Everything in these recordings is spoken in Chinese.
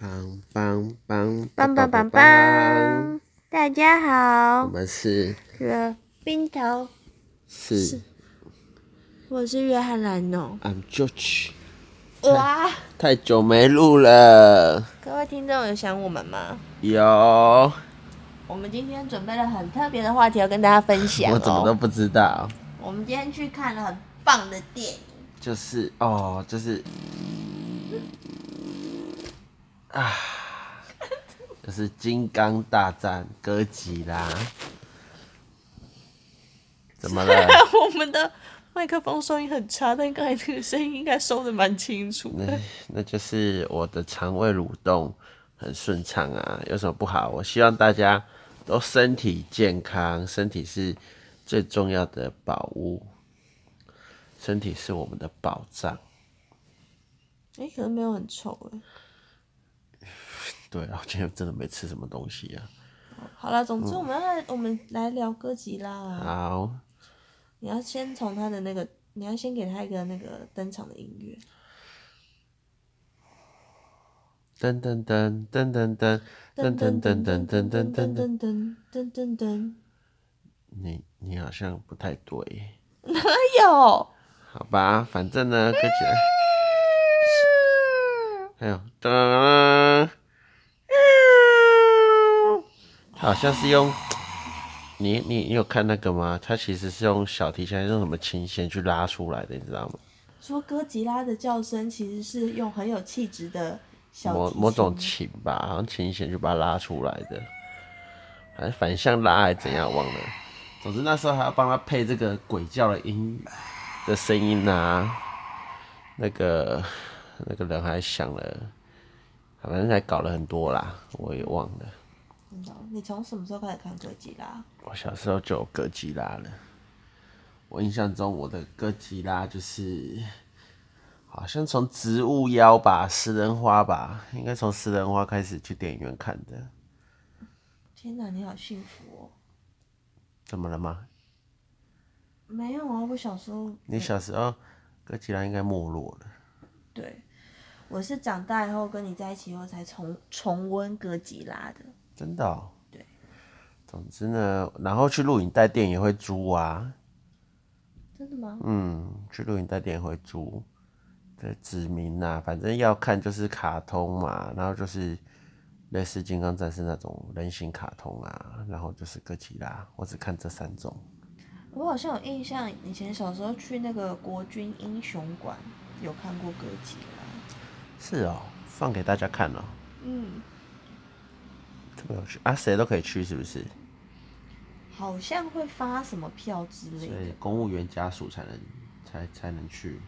棒棒棒棒棒棒！梆棒！大家我好，们是是冰头，是我是约翰兰农。 I'm George，哇，太久没录了， 各位听众有想我们吗？有我我们今天准备了很特别的话题要跟大家分享、哦、怎么都不知道，我们今天去看了很棒的电影，就是哦，就是啊，就是《金刚大战哥吉拉》，怎么了？ 我们的麦克风收音很差，但刚才这个声音应该收的蛮清楚的。那那就是我的肠胃蠕动很顺畅啊，有什么不好？我希望大家都身体健康，身体是最重要的宝物，身体是我们的宝藏。哎、可能没有很臭哎。对啊，我今天真的没吃什么东西啊。好了，总之我们要来，我们来聊哥吉拉啊。好，你要先从他的那个，你要先给他一个那个登场的音乐。噔噔噔噔噔噔噔噔噔噔噔噔噔噔噔噔噔噔噔噔，噔噔噔噔噔噔，你你好像不太对，哎呦！好吧，反正呢，哥起来，还有噔噔。好像是用你你你有看那个吗？它其实是用小提琴还是用什么琴弦去拉出来的，你知道吗？说哥吉拉的叫声其实是用很有气质的小某提琴某种琴吧，好像琴弦去把它拉出来的，还是反向拉还是怎样，忘了。总之那时候还要帮他配这个鬼叫的音的声音啊，那个那个人还想了，反正还搞了很多啦，我也忘了。你知道你从什么时候开始看哥吉拉？我小时候就有哥吉拉了。我印象中，我的哥吉拉就是好像从植物妖吧、食人花吧，应该从食人花开始去电影院看的。天哪，你好幸福哦！怎么了吗？没有啊，我小时候你小时候哥吉拉应该没落了。对，我是长大以后跟你在一起以后才重重温哥吉拉的。真的、哦。对。总之呢，然后去录影带店也会租啊，真的吗？嗯，去录影带店也会租。对，指明呐、反正要看就是卡通嘛，然后就是类似金刚战士那种人形卡通啊，然后就是哥吉拉，我只看这三种。我好像有印象，以前小时候去那个国军英雄馆有看过哥吉拉。是哦，放给大家看哦，嗯，特别有趣啊，谁都可以去是不是？好像会发什么票之类所以的。公务员家属才能才才能去。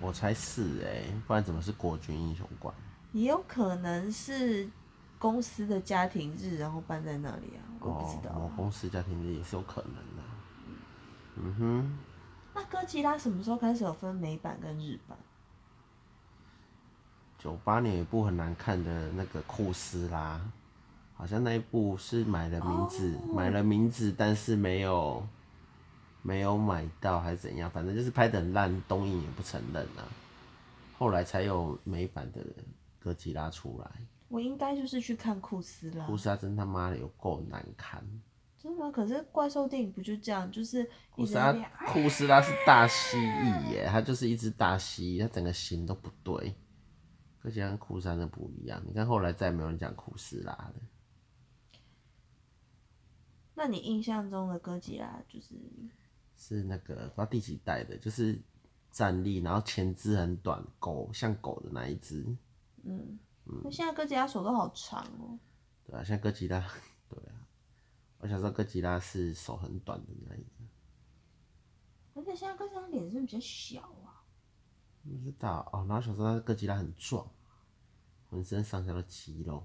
我猜是哎、不然怎么是国军英雄馆？也有可能是公司的家庭日，然后办在那里啊，哦我不知道某啊、公司家庭日也是有可能啊的、嗯哼，那哥吉拉什么时候开始有分美版跟日版？九八年有一部很难看的那个库斯拉，好像那一部是买了名字哦买了名字，但是没有没有买到还是怎样，反正就是拍的很烂，东映也不承认啊。后来才有美版的哥吉拉出来。我应该就是去看库斯拉库，斯拉真他妈的有够难看。真的吗？可是怪兽电影不就这样，就是库一斯啊拉直在那边，库斯拉是大蜥蜴耶，它就是一只大蜥蜴，它整个形都不对。而且跟库斯拉真的不一样，你看后来再也没有人讲库斯拉了。那你印象中的哥吉拉就是是那个不知道第几代的，就是站立，然后前肢很短，狗像狗的那一只。嗯那现在哥吉拉手都好长哦。对啊，像哥吉拉，对啊，我小时候哥吉拉是手很短的那一只，而且现在哥吉拉脸是不是比较小啊，不知道哦。然后小时候哥吉拉很壮，浑身上下都肌肉。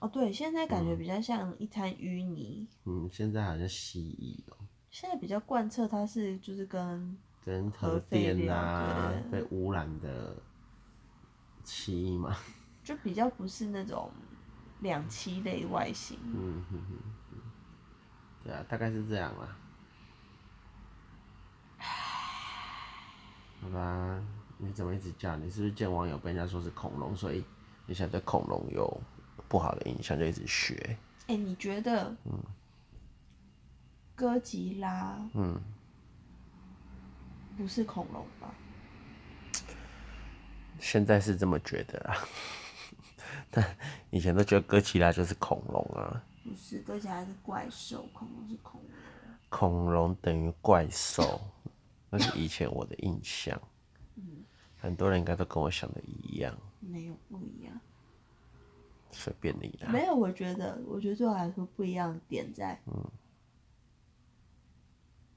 哦对，现在感觉比较像一滩淤泥。嗯，现在好像蜥蜴哦、现在比较贯彻它是就是跟跟核核废电料啊对被污染的蜥蜴嘛，就比较不是那种两栖类外形。嗯哼哼哼对啊，大概是这样啦。好吧，你怎么一直叫？你是不是见网友被人家说是恐龙，所以你想对恐龙有不好的印象，就一直学？哎、你觉得，哥吉拉，嗯，不是恐龙吧？现在是这么觉得啊， 但以前都觉得哥吉拉就是恐龙啊，不是，哥吉拉是怪兽，恐龙是恐龙。恐龙等于怪兽， 那是以前我的印象。很多人应该都跟我想的一样，没有不一样，随便你啦。没有。我觉得，我觉得对我来说不一样的点在，嗯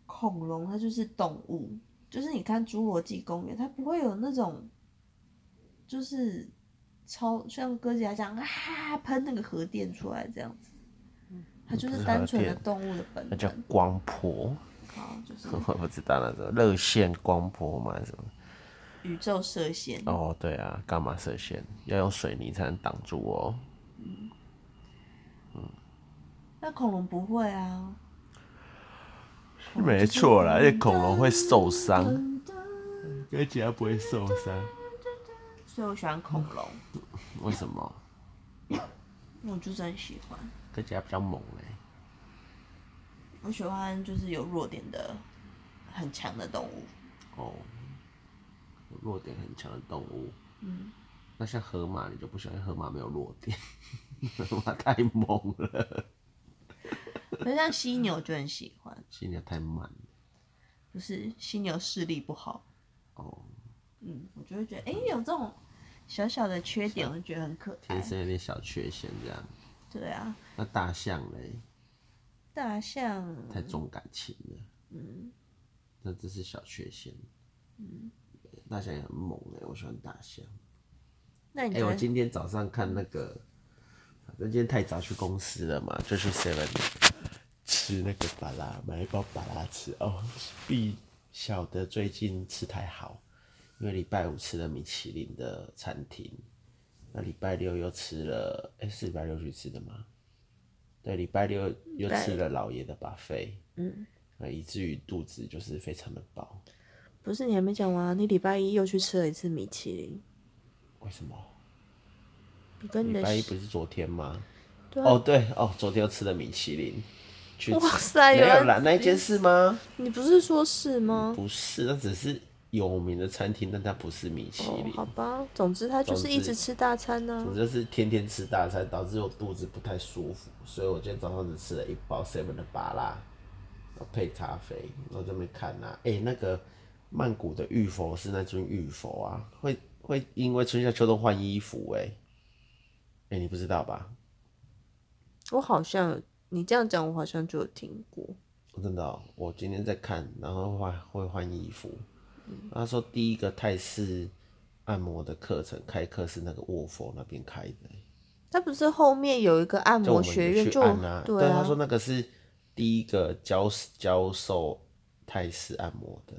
恐龙它就是动物，就是你看《侏罗纪公园》，它不会有那种，就是超像哥吉拉这样啊喷那个核电出来这样子，它就嗯不是是单核纯的电动物的本那叫能，光波，好，就 是我不知道那种热线光波嘛还是什么。宇宙射线。哦，对啊，伽马射线要用水泥才能挡住哦。那恐龙不会啊，没错啦，而且恐龙会受 伤，哥吉拉不会受伤。所以我喜欢恐龙，为什么？我就是很喜欢。哥吉拉比较猛哎、我喜欢就是有弱点的、很强的动物。哦，有弱点很强的动物。那像河马，你就不喜欢河马没有弱点， 河马太猛了，可是像犀牛就很喜欢，犀牛太慢了。不是犀牛视力不好，哦，嗯，我就会觉得哎、诶有这种小小的缺点，我就觉得很可天爱。生有点小缺陷这样。对啊，那大象嘞，大象太重感情了。那这是小缺陷。大象也很猛哎、我喜欢大象。那你哎、觉我得、今天早上看那个，反正今天太早去公司了嘛，就去 Seven 吃那个巴拉，买一包巴拉吃哦。必晓得最近吃太好，因为礼拜五吃了米其林的餐厅，那礼拜六又吃了，哎、是礼拜六去吃的吗？对，礼拜六又吃了老爷的巴菲，嗯，那以至于肚子就是非常的饱。不是你还没讲完、啊？你礼拜一又去吃了一次米其林，为什么？你跟你礼的拜一不是昨天吗？对啊哦，对哦，昨天又吃了米其林，去吃哇塞没有嗯原啦来，那一间是吗？你不是说是吗？不是，那只是有名的餐厅，但它不是米其哦林，。好吧，总之他就是一总之直吃大餐呢、我就是天天吃大餐，导致我肚子不太舒服，所以我今天早上只吃了一包 seven 的巴拉，然后配咖啡，然后这边看呐、啊，哎、那个曼谷的玉佛是那尊玉佛啊，会会因为春夏秋冬换衣服哎、哎、你不知道吧？我好像你这样讲，我好像就有听过。真的哦、我今天在看，然后换会换衣服。他说第一个泰式按摩的课程开课是那个卧佛那边开的，他不是后面有一个按就我摩们学也院，去就按啊。对他啊，说那个是第一个教教授泰式按摩的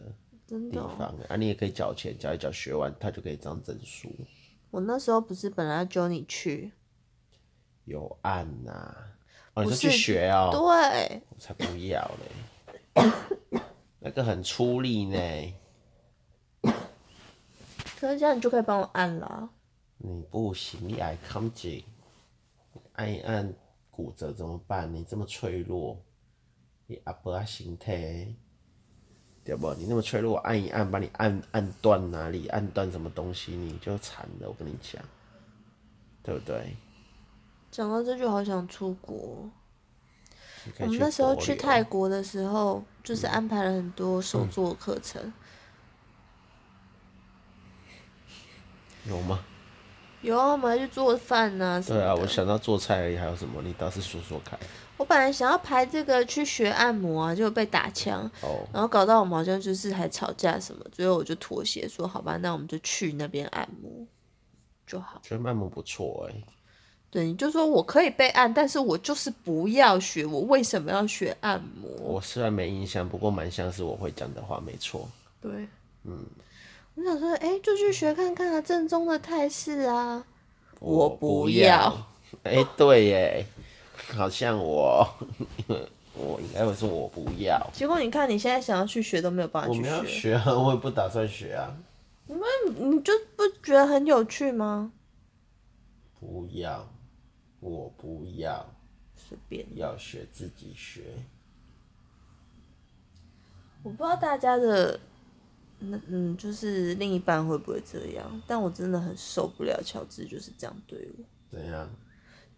真地的哦、方啊，你也可以缴钱，缴一缴学完，他就给你一张证书，我那时候不是本来要揪你去，有按呐、哦，你不说去是学哦、对，我才不要嘞，那个很出力呢。可是这样你就可以帮我按啦。你不行，你矮康紧，按一按骨折怎么办？你这么脆弱，你阿伯啊心态，对不？你那么脆弱，我按一按，把你按按断哪里？按断什么东西，你就惨了。我跟你讲，对不对？讲到这就好想出国。你可我以们那时候国去旅哦嗯泰国的时候，就是安排了很多手作课程，有吗？有啊，我们还去做饭呐、什么对的。啊，我想到做菜而已，还有什么？你倒是说说看。我本来想要排这个去学按摩啊，结果被打枪，哦，然后搞到我们好像就是还吵架什么，最后我就妥协说好吧，那我们就去那边按摩就好。觉得曼姆不错哎、对，你就说我可以被按，但是我就是不要学，我为什么要学按摩？我虽然没印象，不过蛮像是我会讲的话，没错。对，嗯，我想说，哎、就去学看看啊，正宗的泰式啊。我不要。 哎、对耶，好像我， 我应该会说我不要。结果你看，你现在想要去学都没有办法我去没有学，学啊，我也不打算学啊。你就不觉得很有趣吗？不要，我不要，随便，要学自己学。我不知道大家的，那嗯，就是另一半会不会这样，但我真的很受不了乔治就是这样对我。怎样？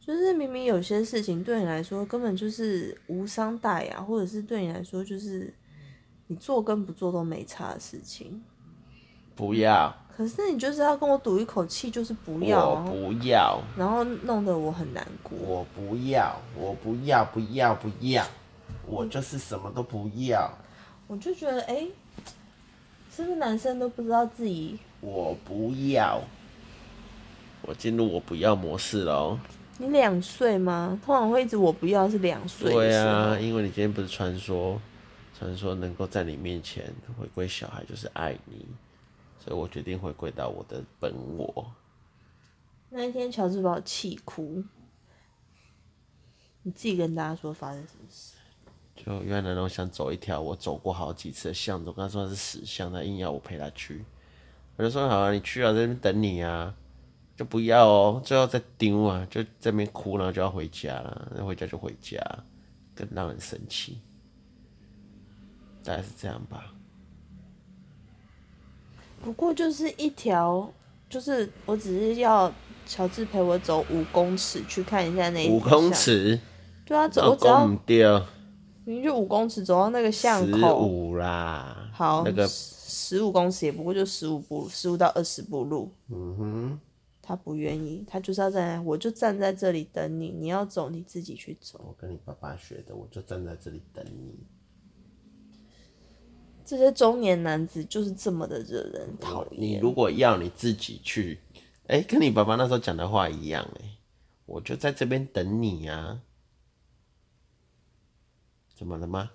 就是明明有些事情对你来说根本就是无伤大雅，或者是对你来说就是你做跟不做都没差的事情，不要，可是你就是要跟我赌一口气，就是不要，啊我然后不要，然后弄得我很难过。我不要，我不要，不要，不要，我就是什么都不要，我就觉得，哎、是不是男生都不知道自己我不要。我进入我不要模式哦喽。你两岁吗？通常会一直我不要是两岁的对时啊，候，因为你今天不是传说，传说能够在你面前回归小孩就是爱你，所以我决定回归到我的本我。那一天乔治把我气哭，你自己跟大家说发生什么事？就原来我想走一条我走过好几次的巷子，我跟他说是死巷，他硬要我陪他去，我就说好啊，你去啊，在那边等你啊，就不要哦，最后再丢啊，就这边哭，然后就要回家了，那回家就回家，更让人生气，大概是这样吧。不过就是一条，就是我只是要乔治陪我走五公尺去看一下那一五条公巷，尺，哦对啊，走我我只要讲不掉。明明就五公尺走到那个巷十口，五啦，好，那个十五公尺也不过就十五步，十五到二十步路。嗯哼，他不愿意，他就是要站在，我就站在这里等你，你要走你自己去走。我跟你爸爸学的，我就站在这里等你，这些中年男子就是这么的惹人讨哦你厌。如果要你自己去，哎、跟你爸爸那时候讲的话一样、哎，我就在这边等你啊，怎么了吗？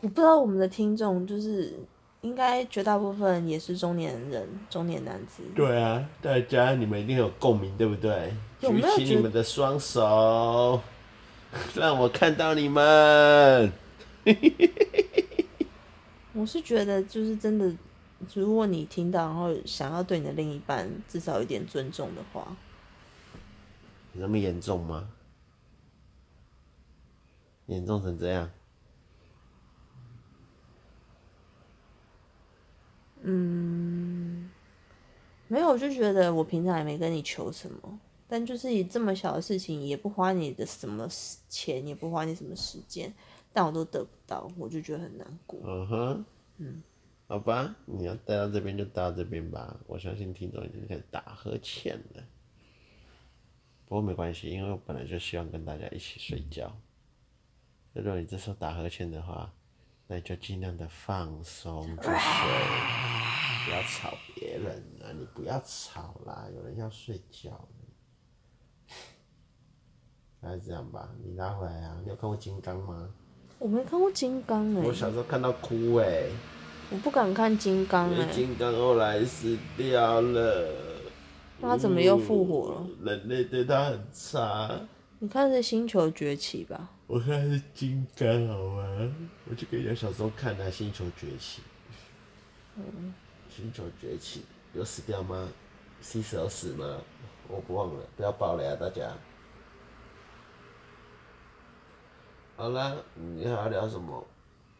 我不知道我们的听众就是应该绝大部分也是中年人、中年男子。对啊，大家你们一定有共鸣，对不对？有没有举起觉你得们的双手， 让我看到你们。我是觉得就是真的，如果你听到然后想要对你的另一半至少有点尊重的话，有那么严重吗？严重成这样？没有我就觉得我平常也没跟你求什么。但就是以这么小的事情，也不花你的什么时钱，也不花你什么时间，但我都得不到，我就觉得很难过。嗯哼，嗯，好吧，你要带到这边就带到这边吧。我相信听众已经开始打呵欠了，不过没关系，因为我本来就希望跟大家一起睡觉。如果你这时候打呵欠的话，那你就尽量的放松去睡，不要吵别人啊！你不要吵啦，有人要睡觉了。 还是这样吧，你拉回来啊！你有看过《金刚》吗？我没看过金刚哎、我小时候看到哭哎、我不敢看金刚因哎、为金刚后来死掉了。那他怎么又复活了？人类对他很差。你看是《星球崛起》吧？我看他是金刚好吗？我就跟你讲，小时候看他、星球崛起》。星球崛起》有死掉吗？C 十有死吗？我不忘了，不要爆雷啊，大家。好啦，你还要聊什么？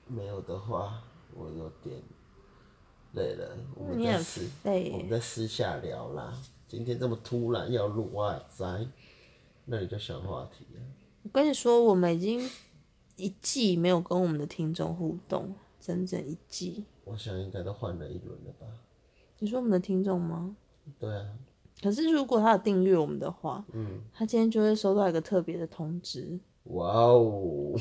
没有的话，我有点累了。我们你再很私，废我们耶再私下聊啦。今天这么突然要录，我也知，那你就想话题啊。我跟你说，我们已经一季没有跟我们的听众互动，整整一季。我想应该都换了一轮了吧？你说我们的听众吗？对啊，可是如果他有订阅我们的话，嗯，他今天就会收到一个特别的通知，哇哦，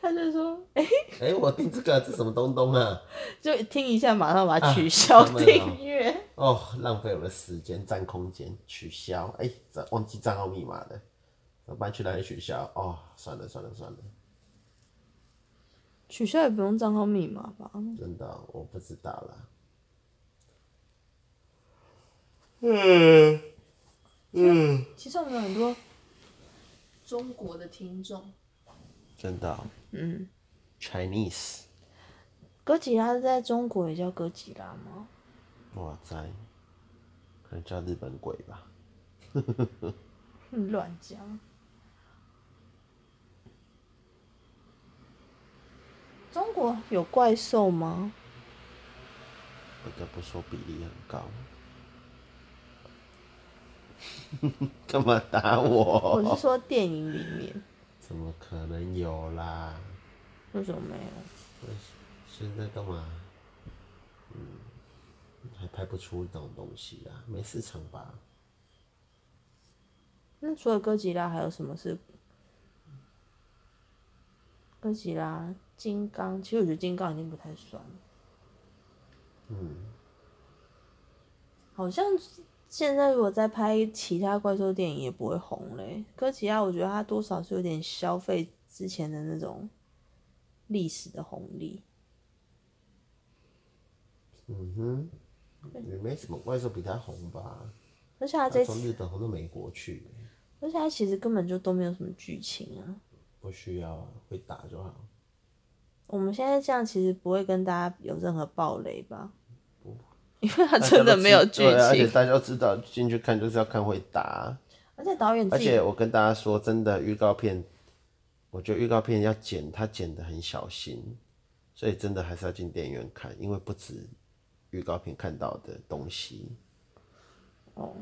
他就说，哎、哎、我订这个这什么东东啊？就听一下，马上把它取啊消他们哦订阅。哦，浪费我的时间，占空间，取消。哎、这忘记账号密码了，怎么办？去哪里取消？哦，算了算了算了，取消也不用账号密码吧？真的哦我不知道啦。嗯嗯，其实我们有很多中国的听众，真的、哦嗯， Chinese 哥吉拉在中国也叫哥吉拉吗？哇塞，可能叫日本鬼吧。嗯乱讲。中国有怪兽吗？不得不说比例很高。 干嘛打我我？是说电影里面，怎么可能有啦？为什么没有？现在干嘛？嗯，还拍不出这种东西啦，没市场吧？那除了哥吉拉，还有什么是？哥吉拉、金刚，其实我觉得金刚已经不太算了。嗯。好像现在如果再拍其他怪兽电影，也不会红嘞、哥吉拉，我觉得它多少是有点消费之前的那种历史的红利。嗯哼，也没什么怪兽比它红吧？而且它它这啊从次，日本红到美国去，而且它其实根本就都没有什么剧情啊。不需要啊，会打就好。我们现在这样其实不会跟大家有任何暴雷吧？不因为它 真的没有剧大家都知对啊而且情，大家都知道进去看就是要看会打。而且导演自而己且我跟大家说，真的预告片，我觉得预告片要剪，它剪的很小心，所以真的还是要进电影院看，因为不止预告片看到的东西。哦，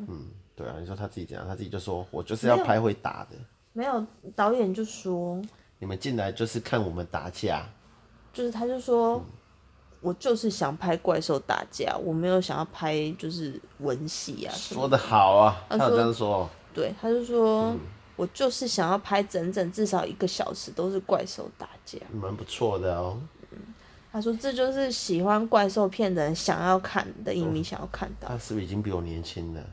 对啊，你说他自己怎样？他自己就说，我就是要拍会打的，没有导演就说，你们进来就是看我们打架。啊就是他就说，我就是想拍怪兽打架，我没有想要拍就是文戏啊什么。说的好啊，他他有说这样说，对，他就说、嗯我就是想要拍整整至少一个小时都是怪兽打架。蛮不错的哦。他说这就是喜欢怪兽片的人想要看的影迷想要看到，他是不是已经比我年轻了？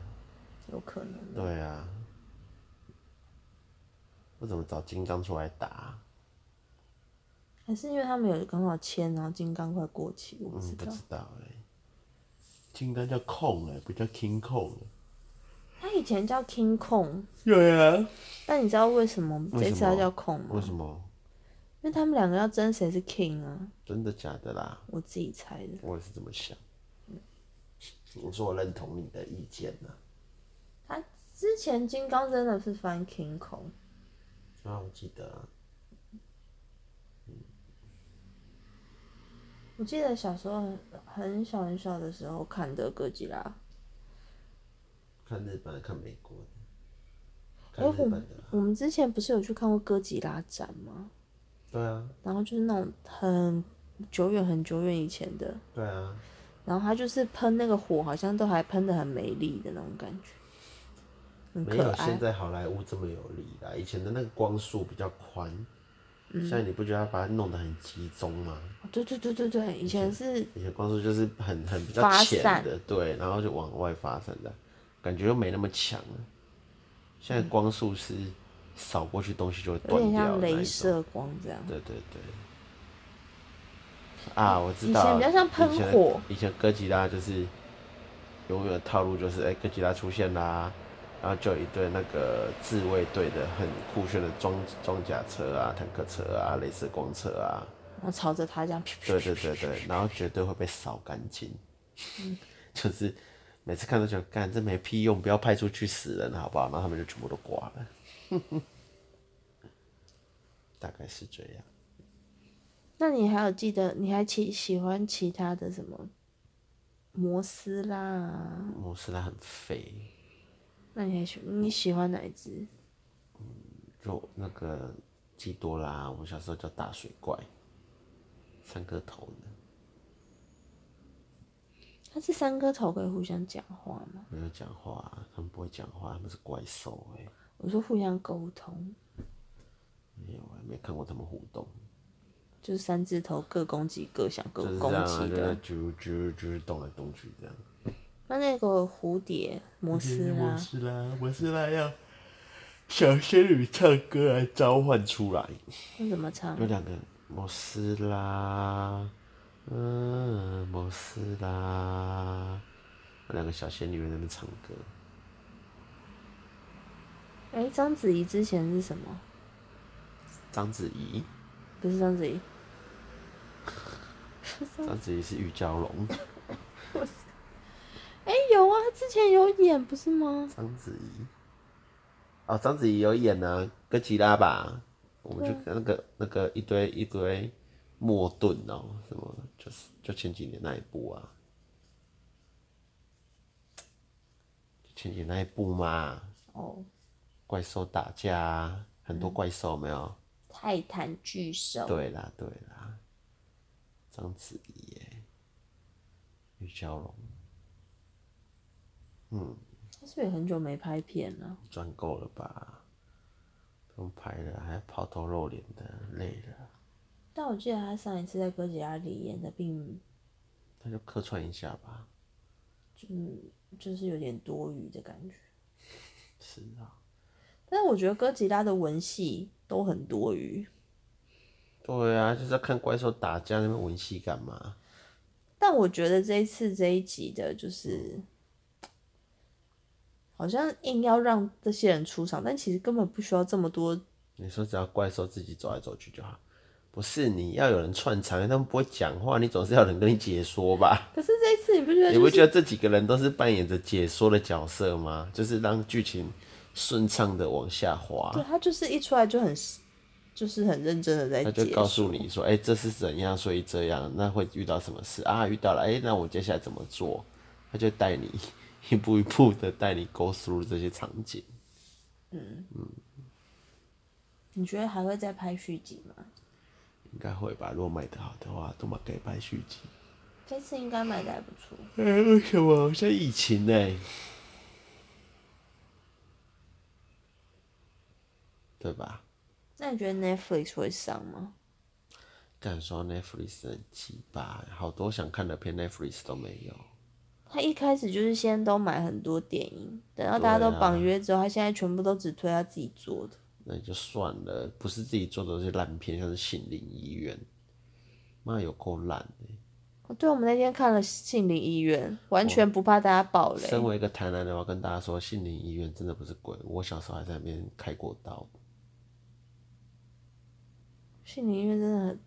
有可能。对啊，我怎么找金刚出来打？还是因为他们有刚好签，然后金刚快过期，我不知嗯，不道。知道哎、金刚叫控哎、不叫 King 控、他以前叫 King Kong，对啊。但你知道为什么为这什次他么叫 Kong 吗？为什么？因为他们两个要争谁是 King 啊，真的假的啦？我自己猜的。我也是这么想。我说我认同你的意见啊呐、他之前金刚真的是翻 King Kong，啊。我记得啊、我记得小时候很很小很小的时候看的哥吉拉，看日本的，看美国的，哎、看我日们本的啦。我们之前不是有去看过哥吉拉展吗？对啊，然后就是那种很久远很久远以前的，对啊，然后他就是喷那个火，好像都还喷的很美丽的那种感觉，很没可有现爱。在好莱坞这么有力啦。以前的那个光束比较宽，现在你不觉得它把它弄得很集中吗？哦对对对对对，以前是以前光束就是很很比较发浅散的，对，然后就往外发散的，感觉又没那么强了。现在光束是扫过去东西就会有断点掉像的那镭一种，射光这样。对对对。啊，我知以道前了，比较像喷以前火以前哥吉拉就是永远的套路就是，哎、哥吉拉出现啦，然后就有一队那个自卫队的很酷炫的装装甲车啊、坦克车啊、镭射光车啊，然后朝着他这样，对对对对，然后绝对会被扫干净，嗯 就是每次看都觉得干这没屁用，不要派出去死人好不好？然后他们就全部都挂了， 大概是这样。那你还有记得，你还其喜欢其他的什么摩斯拉啊？摩斯拉很废，那你还喜你喜欢哪一只？就那个基多拉，我们小时候叫大水怪，三个头的，它是三颗头可以互相讲话吗？没有讲话啊、他们不会讲话，他们是怪兽哎、我说互相沟通，没有啊，没看过他们互动，就是三只头各攻击各想各就是攻这样啊，击就的是。啾啾啾动来动去这样。那那个蝴蝶摩斯拉摩，斯拉，摩斯拉要小仙女唱歌来召唤出来。那怎么唱有？两个摩斯拉，嗯，摩斯拉，有两个小仙女在那边唱歌。哎，章子怡之前是什么？章子怡，不是章子怡，这样子也是玉娇龙，哎、有啊，他之前有演不是吗？章子怡。哦，章子怡有演啊，哥吉拉吧？我们就那个那个一堆一堆莫顿哦，什么就是就前几年那一部啊，就前几年那一部嘛，哦，怪兽打架啊，很多怪兽有没有？泰坦巨兽，对啦，对啦，章子怡耶，玉娇龙他是不是也很久没拍片了？赚够了吧？不用拍了，还抛头露脸的，累了，但我记得他上一次在哥吉拉里演的并那就客串一下吧。就是有点多余的感觉。是啊，但是我觉得哥吉拉的文戏都很多余，对啊，就是要看怪兽打架，那边文戏干嘛？但我觉得这一次这一集的就是。好像硬要让这些人出场，但其实根本不需要这么多。你说只要怪兽自己走来走去就好，不是你要有人串场，因为他们不会讲话，你总是要有人跟你解说吧？可是这一次你不觉得、你就不是？觉得这几个人都是扮演着解说的角色吗？就是让剧情顺畅的往下滑对，他就是一出来就很，就是很认真的在他解就释。告诉你说，哎、这是怎样，所以这样，那会遇到什么事啊？遇到了，哎、那我接下来怎么做？他就带你 一步一步的带你 go through 这些场景。你觉得还会再拍续集吗？应该会吧，如果卖得好的话，都蛮可以拍续集。这次应该卖的还不错。哎、为什么？现在疫情呢、对吧？那你觉得 Netflix 会上吗？敢说 Netflix 很鸡巴，好多想看的片 Netflix 都没有。他一开始就是先都买很多电影，等到大家对都啊绑约之后，他现在全部都只推他自己做的。那也就算了，不是自己做的是烂片，像是《心灵医院》，妈有够烂的、哦对，我们那天看了《杏林医院》，完全不怕大家爆雷。哦身为一个台南人，我要跟大家说，《心灵医院》真的不是鬼，我小时候还在那边开过刀。杏林医院真的很，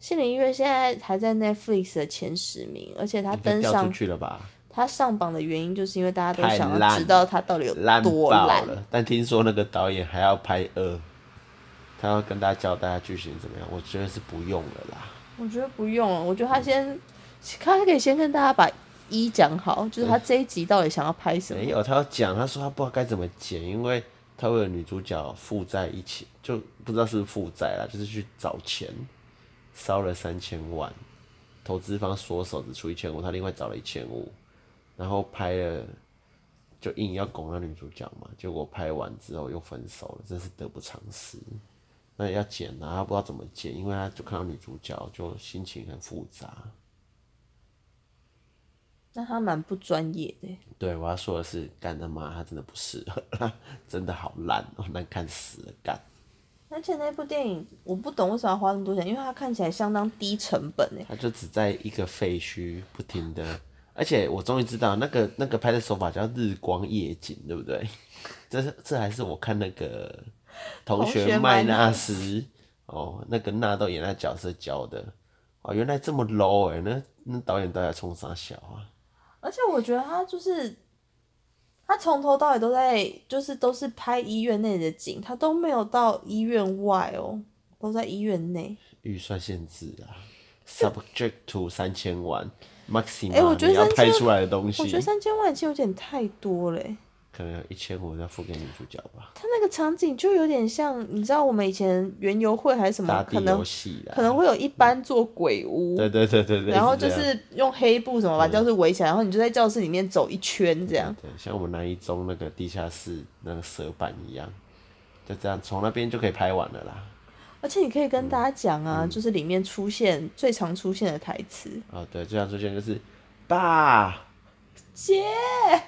杏林医院现在还在 Netflix 的前十名，而且他你被登调出上去了吧？他上榜的原因，就是因为大家都太想要烂知道他到底有烂多爆烂。了！但听说那个导演还要拍二，他要跟大家交代他剧情怎么样，我觉得是不用了啦。我觉得不用了，我觉得他先，他可以先跟大家把一讲好，就是他这一集到底想要拍什没么。有，他要讲，他说他不知道该怎么剪，因为他为了女主角负债一起，就不知道是不是负债啦，就是去找钱，烧了三千万，投资方缩手只出一千五，他另外找了一千五，然后拍了，就硬要拱那女主角嘛，结果拍完之后又分手了，真是得不偿失。那也要剪啊，他不知道怎么剪，因为他就看到女主角就心情很复杂。那他蛮不专业的耶，欸对，我要说的是，干他妈，他真的不适合， 真的好烂哦，难看死了，干。而且那部电影我不懂为什么要花那么多钱，因为它看起来相当低成本欸诶。他就只在一个废墟不停的，而且我终于知道那个那个拍的手法叫日光夜景，对不对？这是这还是我看那个同同学学麦麦纳纳斯哦，那个纳豆演那角色教的哦，原来这么 low 哎、那那导演到底在冲啥小啊？而且我觉得他就是，他从头到尾都在，就是都是拍医院内的景，他都没有到医院外哦，都在医院内。预算限制啊，subject to 三千万 maximum，、哎我觉得你要3000拍出来的东西，我觉得三千万已经有点太多了耶。可能一千五要付给女主角吧，他那个场景就有点像，你知道我们以前园游会还是什打么，地嗯可能游戏啦，可能会有一班做鬼屋，对对对对对，然后是这就样是用黑布什么把教室围起来，然后你就在教室里面走一圈这样。对，像我们南一中那个地下室那个蛇板一样，就这样从那边就可以拍完了啦。而且你可以跟大家讲啊，就是里面出现最常出现的台词，哦，对，最常出现就是爸、姐，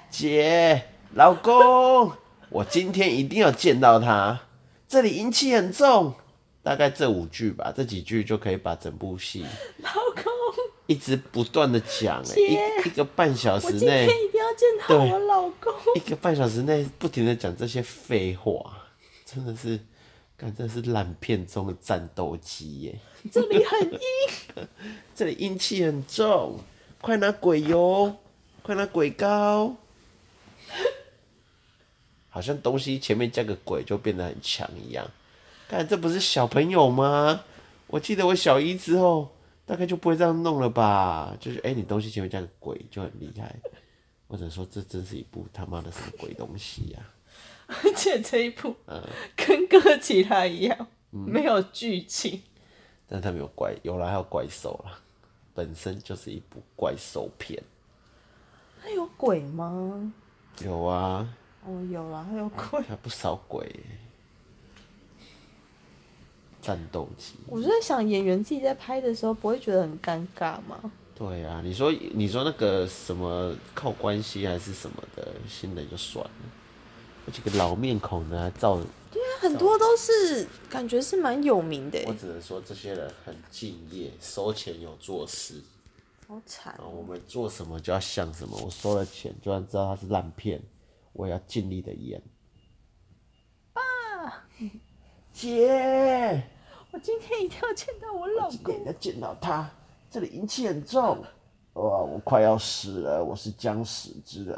姐、老公，我今天一定要见到他，这里阴气很重。大概这五句吧，这几句就可以把整部戏老公，一直不断的讲、欸，姐一一个半小我时今内，天一定要见到对我 老公。一个半小时内不停的讲这些废话，真的是干，这是烂片中的战斗机耶！这里很硬，这里阴气很重，快拿鬼油，快拿鬼膏。好像东西前面加个鬼就变得很强一样。干，这不是小朋友吗？我记得我小一之后，大概就不会这样弄了吧？就是哎、你东西前面加个鬼就很厉害。或者说，这真是一部他妈的什么鬼东西啊呀、而且这一部跟哥吉拉一样，没有剧情。但他没有怪，有啦，还有怪兽啦，本身就是一部怪兽片。它有鬼吗？有啊，哦，有啦，它有鬼。还不少鬼耶、战斗机。我就在想，演员自己在拍的时候不会觉得很尴尬吗？对啊，你说你说那个什么靠关系还是什么的，新人就算了，而且个老面孔呢，还照那很多都是感觉是蛮有名的耶，欸我只能说这些人很敬业，收钱有做事。好惨然哦。后啊我们做什么就要像什么，我收了钱，就算知道它是烂片，我也要尽力的演。爸， 姐。我今天一定要见到我老今公。天要见到他，这里阴气很重。哇，我快要死了，我是将死之人。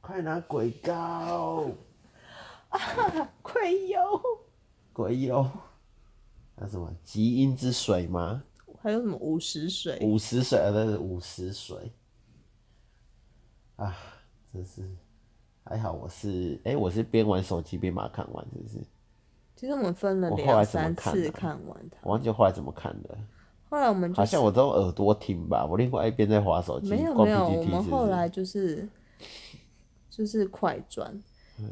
快拿鬼膏，愧疚。鬼油，那什么极阴之水吗？还有什么五十水？五十水，呃，不是五十水。啊，真是，还好我是，哎、我是边玩手机边把它看完，是不是？其实我们分了我后两来怎么三看次啊看完它，我忘记后来怎么看的，后来我们就好是像我都用耳朵听吧，我另外一边在划手机，没有逛没有， PTT 我们是不后是来就是就是快转，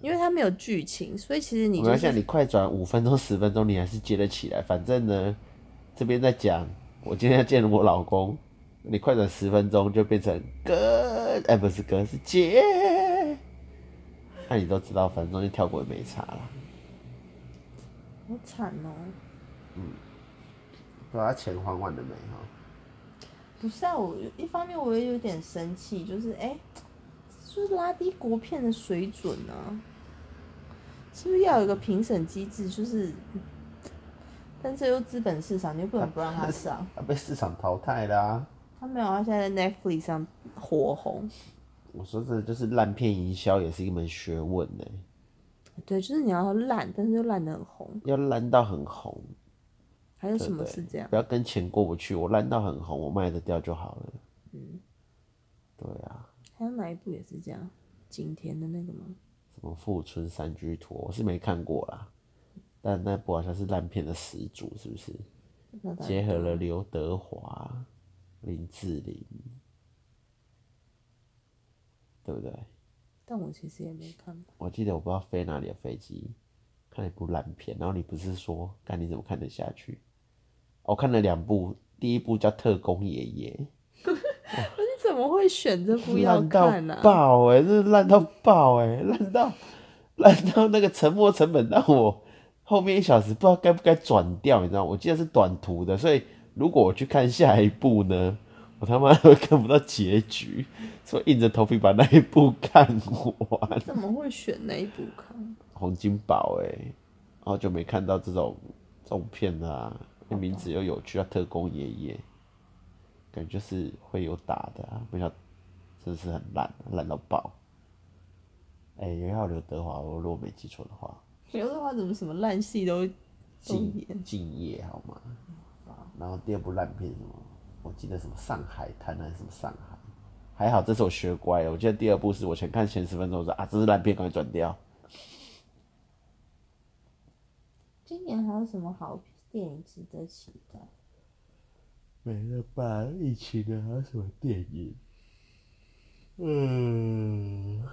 因为它没有剧情，所以其实你嗯没就关系啊，是你快转五分钟、十分钟，你还是接得起来。反正呢，这边在讲，我今天要见我老公，你快转十分钟就变成哥，哎、不是哥，是姐。那、你都知道，反正中间跳过也没差啦。啊好惨哦、不知道他钱还完了没哈？不是啊，我一方面我也有点生气，就是哎、就是拉低国片的水准啊，是不是要有一个评审机制？就是，但这又资本市场，你又不能不让他 上。他啊被市场淘汰啦、他没有，他现在在 Netflix 上火红。我说这就是烂片营销，也是一门学问呢、对，就是你要烂，但是又烂得很红，要烂到很红，还有对什不么对是这样？不要跟钱过不去，我烂到很红，我卖得掉就好了。嗯，对啊。还有哪一部也是这样？景甜的那个吗？什么《富春山居图》，我是没看过啦，但那部好像是烂片的始祖，是不是？那当然结合了刘德华、林志玲，对不对？但我其实也没看过。 我记得我不知道飞哪里的飞机，看了一部烂片，然后你不是说，看你怎么看得下去？我看了两部，第一部叫《特工爷爷》，你怎么会选这 部要烂到看呢、啊爆哎、欸，真是烂到爆哎、欸，烂到烂到那个沉没成本让我后面一小时不知道该不该转掉，你知道吗？我记得是短途的，所以如果我去看下一部呢， 我他妈会看不到结局，所以硬着头皮把那一部看完。怎么会选那一部看？洪金宝哎、欸，好久没看到这种这种片啦、啊，那名字又有趣啊，特工爷爷，感觉就是会有打的、啊，不晓得真是很烂，烂到爆。哎、欸，还有刘德华，我如果没记错的话，刘德华怎么什么烂戏都都敬演？敬业好吗？然后第二部烂片什么，我记得什么上海滩还是什么上海，还好这次我学乖了。我记得第二部是我前看前十分钟我说啊，这是烂片，赶快转掉。今年还有什么好电影值得期待？没了吧？疫情的还有什么电影？呃嗯，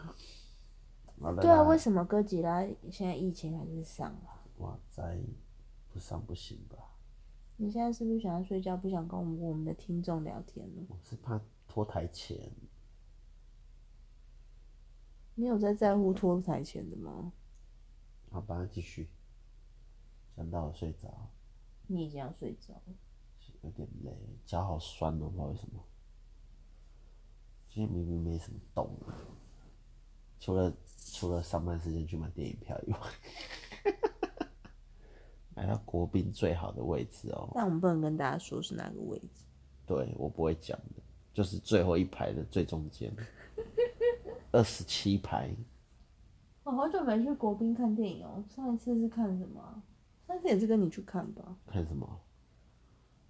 好了对啊，啦为什么哥吉拉现在疫情还是上啊？哇塞，不上不行吧？你现在是不是想要睡觉，不想跟我们我们的听众聊天了？我是怕拖台前，你有在在乎脱台前的吗？好吧，继续。想到我睡着，你已经要睡着了，有点累，脚好酸哦，不知道为什么。今天明明没什么动啊，除了除了上班时间去买电影票以外， 买到国宾最好的位置哦、但我们不能跟大家说是哪个位置。对我不会讲的，就是最后一排的最中间，二十七排。我好久没去国宾看电影哦，上一次是看什么啊？上次也是跟你去看吧？看什么？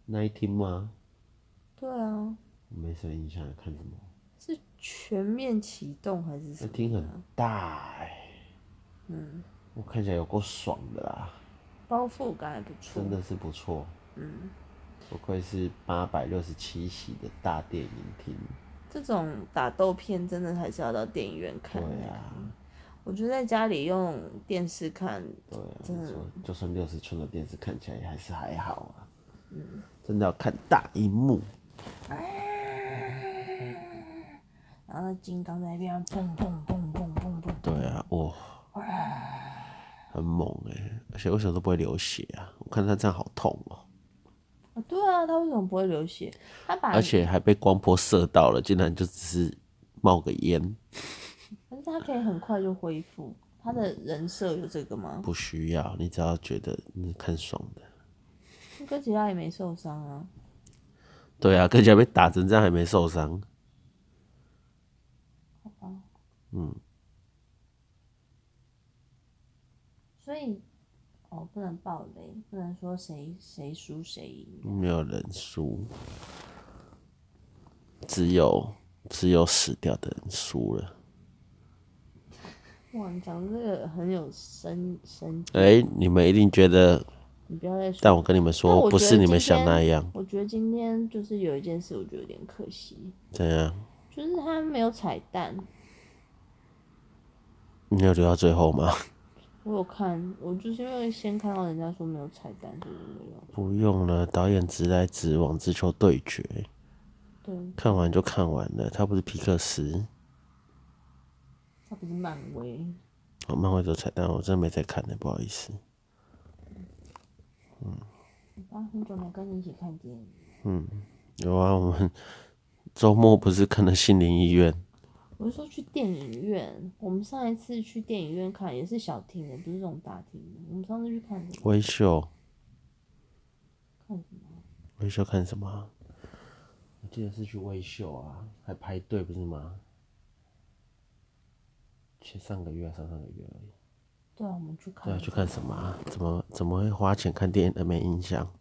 那一天吗？对啊，没什么印象，看什么？是全面启动还是什那么？厅很大哎、嗯，我看起来有够爽的啦，包覆感还不错真。的是不错，嗯，不愧是八百六十七席的大电影厅。这种打斗片真的还是要到电影院对看。啊，我觉得在家里用电视看，对啊，真的说就算六十寸的电视看起来还是还好啊，嗯真的要看大荧幕。然后金刚在那边砰砰砰砰砰砰，对啊，哇，很猛哎、而且为什么都不会流血啊？我看他这样好痛哦、啊对啊，他为什么不会流血？他把，而且还被光波射到了，竟然就只是冒个烟，可是他可以很快就恢复。他的人设有这个吗？不需要，你只要觉得你看爽的。哥吉拉也没受伤啊，对啊，哥吉拉被打成这样还没受伤，所以哦，不能爆雷，不能说谁谁输谁赢。没有人输，只有只有死掉的人输了。哇，你讲这个很有深深，哎、你们一定觉得，你不要再说。但我跟你们但说，我觉得不是你们想今天那样。我觉得今天就是有一件事，我觉得有点可惜，怎样？就是他没有彩蛋。你有留到最后吗？我有看，我就是因为先看到人家说没有彩蛋，所以就没有。不用了，导演直来直往，直球对决，对，看完就看完了。他不是皮克斯，他不是漫威，哦，漫威的彩蛋我真的没在看呢，不好意思。啊，很久没跟你一起看电影。有啊，我们周末不是看了《心灵医院》？我是说去电影院，我们上一次去电影院看也是小厅的，不是这种大厅的。我们上次去看什么？微秀，看什么？微秀看什么啊？我记得是去微秀啊，还排队不是吗？去上个月、啊上上个月而已。对啊，我们去看对啊，了。去看什么、啊？怎么怎么会花钱看电影的没印象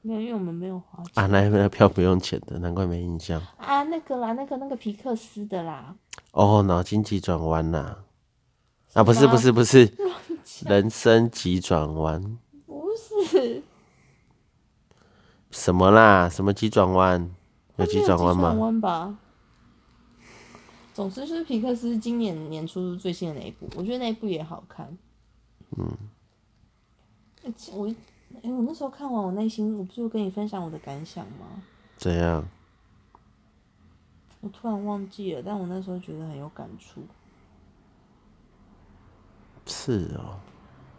没有，因为我们没有花钱啊？那那票不用钱的，难怪没印象。啊，那个啦，那个那个皮克斯的啦，哦，脑筋急转弯呐！啊，不是不是不是，人生急转弯不是什么啦？什么急转弯？有急转弯它没有急转吗？弯吧。总之就是皮克斯今年年初最新的那一部，我觉得那一部也好看。嗯，我哎、我那时候看完，我内心我不是有跟你分享我的感想吗？怎样？我突然忘记了，但我那时候觉得很有感触。是哦，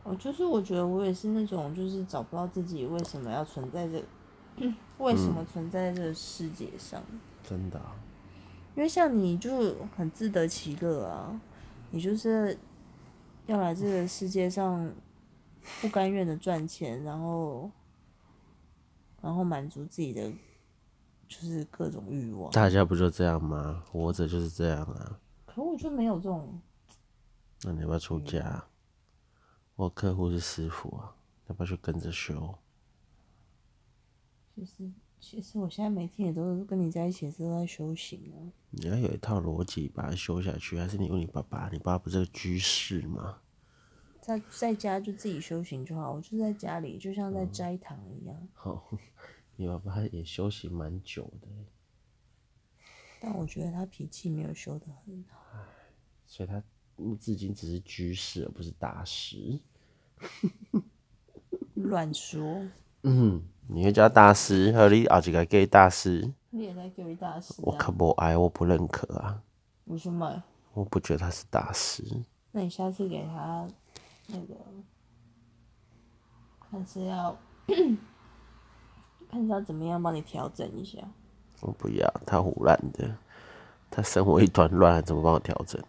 我就是我觉得我也是那种就是找不到自己为什么要存在这， 为什么存在这个世界上。真的哦、因为像你就很自得其乐啊，你就是要来这个世界上不甘愿的赚钱，然后然后满足自己的就是各种欲望。大家不就这样吗？活着就是这样啊。可我就没有这种，那你要不要出家、我客户是师傅啊，要不要去跟着修？就是其实我现在每天也都是跟你在一起，都在修行啊。你要有一套逻辑把它修下去，还是你问你爸爸？你爸爸不是个居士吗？在在家就自己修行就好，我就在家里，就像在斋堂一样。好，哦你爸爸也修行蛮久的欸，但我觉得他脾气没有修得很好。所以他至今只是居士，而不是大师。乱说，嗯，你会叫他大师，和你后一个给大师，你也在给我一大啊师、我可不爱，我不认可啊，我去买。我不觉得他是大师。那你下次给他那个，看是要看是要怎么样帮你调整一下。我不要，他胡乱的，他生活一团乱，怎么帮我调整？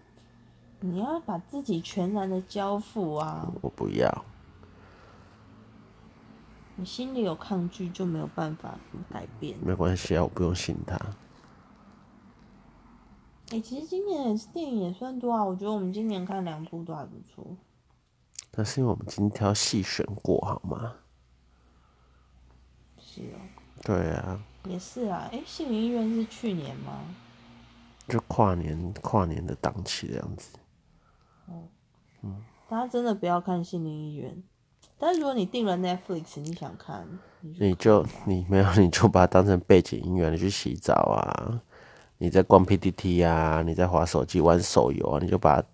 你要把自己全然的交付啊！我不要，你心里有抗拒，就没有办法改变。没关系啊，我不用信他。哎、其实今年也是电影也算多啊，我觉得我们今年看两部都还不错。那是因为我们精挑细选过，好吗？是哦，对啊，也是啊。哎、姓名医院是去年吗？就跨年跨年的档期这样子。大家真的不要看心灵医院，但是如果你订了 Netflix，你想看，你就你就 你没有，你就把它当成背景音乐，你去洗澡啊，你在逛 PPT 啊，你在划手机玩手游啊，你就把它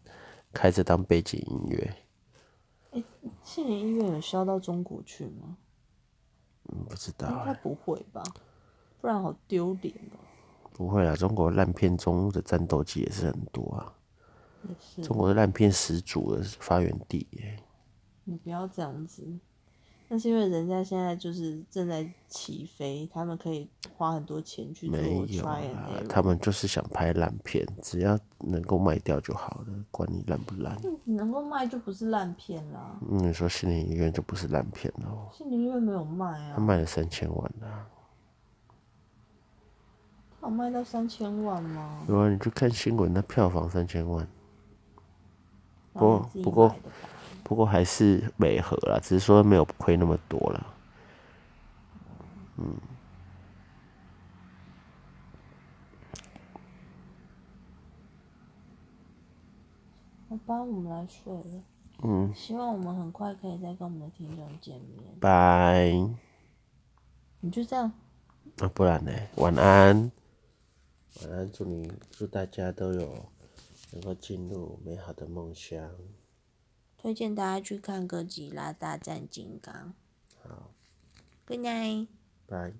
开着当背景音乐。心灵医院有销到中国去吗？嗯，不知道应该欸，不会吧，不然好丢脸哦。不会啦，中国烂片中的战斗机也是很多啊，也是，中国的烂片始祖的发源地耶、你不要这样子。那是因为人家现在就是正在起飞，他们可以花很多钱去做没有 try and 啦 error。，他们就是想拍烂片，只要能够卖掉就好了，管你烂不烂。嗯能够卖就不是烂片啦，嗯，你说心灵医院就不是烂片喽？心灵医院没有卖他啊，卖了三千万啊啦、它有卖到三千万吗？有啊，你去看新闻，那票房三千万，不过不过的吧不过还是没合啦，只是说没有亏那么多啦。好吧，我们来睡了。嗯，希望我们很快可以再跟我们的听众见面。拜，你就这样，那、不然呢？晚安，晚安，祝你祝大家都有能够进入美好的梦乡。推荐大家去看哥吉拉大战金刚。好， Good night。拜。